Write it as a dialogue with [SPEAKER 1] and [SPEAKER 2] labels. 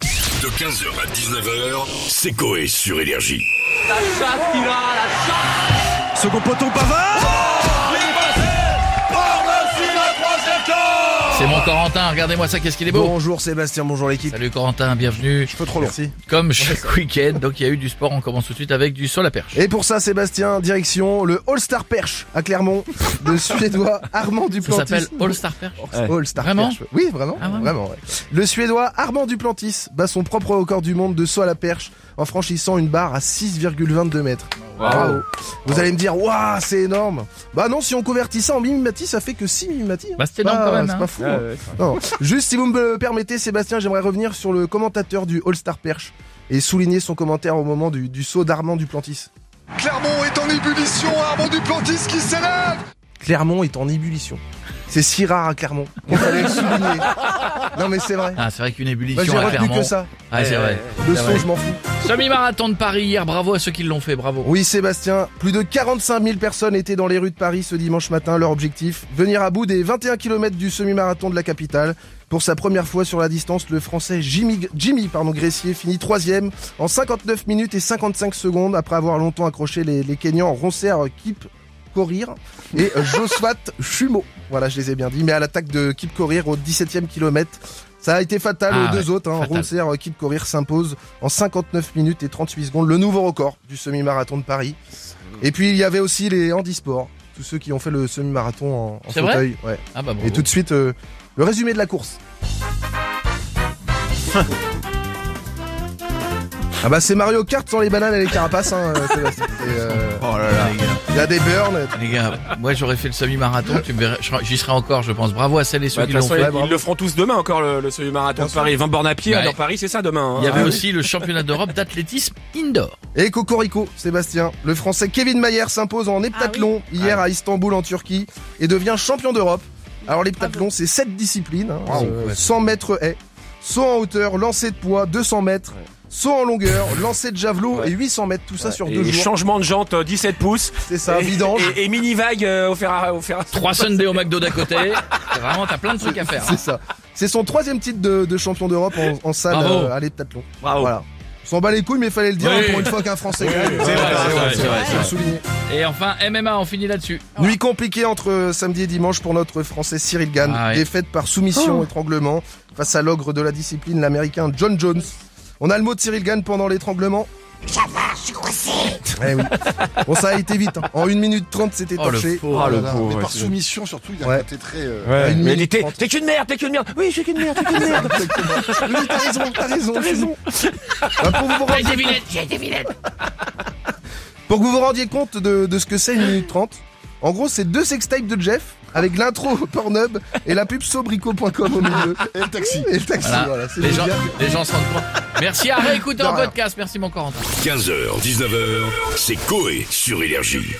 [SPEAKER 1] De 15h à 19h, c'est Coé sur Énergie.
[SPEAKER 2] La chatte qui va, la chatte
[SPEAKER 3] Second poteau Pavard
[SPEAKER 4] C'est mon Corentin, regardez-moi ça, qu'est-ce qu'il est beau
[SPEAKER 3] Bonjour Sébastien, bonjour l'équipe.
[SPEAKER 4] Salut Corentin, bienvenue.
[SPEAKER 3] Je peux trop long. Merci.
[SPEAKER 4] Comme chaque week-end, donc il y a eu du sport, on commence tout de suite avec du sol à perche.
[SPEAKER 3] Et pour ça Sébastien, direction le All-Star Perche à Clermont, le Suédois Armand
[SPEAKER 4] Ça
[SPEAKER 3] Duplantis.
[SPEAKER 4] s'appelle All-Star Perche
[SPEAKER 3] All-Star
[SPEAKER 4] Vraiment
[SPEAKER 3] Perche. Oui, vraiment,
[SPEAKER 4] Ah, vraiment
[SPEAKER 3] vraiment. ouais. Le Suédois Armand Duplantis bat son propre record du monde de saut à la perche en franchissant une barre à 6,22 mètres. Bravo. Vous allez me dire, waouh, c'est énorme. Bah non, si on convertit ça en mimimati, ça fait que 6 mimimati. hein.
[SPEAKER 4] Bah, c'est énorme
[SPEAKER 3] pas-
[SPEAKER 4] quand même,
[SPEAKER 3] C'est
[SPEAKER 4] hein.
[SPEAKER 3] pas fou. hein. Non, non. Juste si vous me le permettez, Sébastien, j'aimerais revenir sur le commentateur du All-Star Perche et souligner son commentaire au moment du, du saut d'Armand Duplantis.
[SPEAKER 5] Clermont est en ébullition, Armand Duplantis qui s'élève
[SPEAKER 3] Clermont est en ébullition. C'est si rare à Clermont. Il fallait le souligner. Non mais c'est vrai.
[SPEAKER 4] Ah, c'est vrai qu'une
[SPEAKER 3] Moi,
[SPEAKER 4] ébullition
[SPEAKER 3] Bah, J'ai
[SPEAKER 4] à
[SPEAKER 3] retenu
[SPEAKER 4] Clermont.
[SPEAKER 3] que ça.
[SPEAKER 4] Ah, c'est vrai.
[SPEAKER 3] Le
[SPEAKER 4] C'est
[SPEAKER 3] son,
[SPEAKER 4] vrai.
[SPEAKER 3] je m'en fous.
[SPEAKER 4] Semi-marathon de Paris hier, bravo à ceux qui l'ont fait, bravo.
[SPEAKER 3] Oui, Sébastien, plus de 45 000 personnes étaient dans les rues de Paris ce dimanche matin. Leur objectif, venir à bout des 21 km du semi-marathon de la capitale. Pour sa première fois sur la distance, le français Jimmy, Jimmy pardon, Gressier finit troisième en 59 minutes et 55 secondes après avoir longtemps accroché les, les Kenyans Ronser Kip Korir et euh, Joswat Chumo. Voilà, je les ai bien dit. Mais à l'attaque de Kip Korir au 17e kilomètre, ça a été fatal
[SPEAKER 4] Ah
[SPEAKER 3] aux deux
[SPEAKER 4] ouais,
[SPEAKER 3] autres. Hein.
[SPEAKER 4] fatal.
[SPEAKER 3] Ronser Kip Korir s'impose en 59 minutes et 38 secondes, le nouveau record du semi-marathon de Paris. Et puis il y avait aussi les handisports, tous ceux qui ont fait le semi-marathon en, en
[SPEAKER 4] C'est vrai
[SPEAKER 3] fauteuil. ouais.
[SPEAKER 4] Ah bah bravo.
[SPEAKER 3] Et tout de suite, euh, le résumé de la course. ah bah c'est Mario Kart sans les bananes et les carapaces, hein, euh, Sébastien. Et, euh,
[SPEAKER 4] Oh là là, les gars.
[SPEAKER 3] Il y a des burns.
[SPEAKER 4] Les gars, moi j'aurais fait le semi-marathon, tu me verrais- je serais- j'y serais encore, je pense. Bravo à celles et ceux
[SPEAKER 6] Bah, de
[SPEAKER 4] qui
[SPEAKER 6] toute
[SPEAKER 4] l'ont
[SPEAKER 6] façon,
[SPEAKER 4] fait.
[SPEAKER 6] ils, ils le feront tous demain encore le, le semi-marathon de Paris. 20 bornes à pied
[SPEAKER 4] Bah,
[SPEAKER 6] hein, dans Paris, c'est ça demain. hein.
[SPEAKER 4] Il y avait
[SPEAKER 6] Ah,
[SPEAKER 4] aussi le championnat d'Europe d'athlétisme indoor.
[SPEAKER 3] Et Cocorico, Sébastien. Le français Kevin Mayer s'impose en heptathlon hier à Istanbul en Turquie et devient champion d'Europe. Alors l'heptathlon, c'est sept disciplines. hein.
[SPEAKER 4] Wow.
[SPEAKER 3] Euh, 100 mètres haies, saut en hauteur, lancer de poids, 200 mètres, saut en longueur, lancer de javelot et 800 mètres. Tout ça sur
[SPEAKER 6] Et
[SPEAKER 3] deux jours.
[SPEAKER 6] changement de jante euh, 17 pouces.
[SPEAKER 3] C'est ça,
[SPEAKER 6] et,
[SPEAKER 3] vidange.
[SPEAKER 6] Et, mini vague euh, au fer à, au fer à-
[SPEAKER 4] Trois Sundays au McDo d'à côté. C'est Vraiment, t'as plein de trucs à faire. hein.
[SPEAKER 3] C'est ça. C'est son troisième titre de, de champion d'Europe en, en salle
[SPEAKER 4] Bravo.
[SPEAKER 3] euh, à l'heptathlon.
[SPEAKER 6] Bravo.
[SPEAKER 3] Voilà. On s'en bat les couilles, mais fallait le dire
[SPEAKER 4] Oui.
[SPEAKER 3] hein, pour une fois qu'un Français gagne.
[SPEAKER 4] c'est vrai, c'est vrai, c'est vrai,
[SPEAKER 3] faut
[SPEAKER 4] c'est
[SPEAKER 3] le
[SPEAKER 4] vrai.
[SPEAKER 3] souligner.
[SPEAKER 4] Et enfin, MMA, on finit là-dessus.
[SPEAKER 3] Nuit compliquée entre euh, samedi et dimanche pour notre Français Cyril Gann,
[SPEAKER 4] Ah ouais.
[SPEAKER 3] défaite par soumission étranglement face à l'ogre de la discipline, l'Américain John Jones. On a le mot de Cyril Gann pendant l'étranglement. Ça va, je suis coincé. Bon, ça a été vite. hein. En 1 minute 30, c'était
[SPEAKER 4] Oh, le
[SPEAKER 3] torché.
[SPEAKER 4] pauvre.
[SPEAKER 3] là
[SPEAKER 6] Ah, le
[SPEAKER 3] là.
[SPEAKER 6] pauvre.
[SPEAKER 5] Ah, Mais
[SPEAKER 6] ouais,
[SPEAKER 5] par
[SPEAKER 6] c'est-
[SPEAKER 5] soumission surtout, il y a
[SPEAKER 3] Ouais.
[SPEAKER 5] un côté très... euh,
[SPEAKER 3] À une
[SPEAKER 6] Mais
[SPEAKER 3] minute
[SPEAKER 6] il était-
[SPEAKER 3] trente.
[SPEAKER 6] T'es qu'une merde, t'es qu'une merde. Oui, je suis qu'une merde.
[SPEAKER 3] Oui, t'as raison, t'as raison. Philippe. Bah, pour, vous vous rendiez- Pour que vous vous rendiez compte de, de ce que c'est une minute 30, en gros, c'est deux sextapes de Jeff avec l'intro Pornhub et la pub sobrico.com au milieu.
[SPEAKER 5] Et le taxi
[SPEAKER 3] Et le taxi,
[SPEAKER 4] Voilà.
[SPEAKER 3] voilà. c'est
[SPEAKER 4] Ah, Les gens,
[SPEAKER 3] génial.
[SPEAKER 4] les gens se rendent compte. Merci à réécouter
[SPEAKER 3] De
[SPEAKER 4] en
[SPEAKER 3] rien.
[SPEAKER 4] podcast. Merci mon Corentin.
[SPEAKER 1] 15h, 19h, c'est Coé sur Énergie.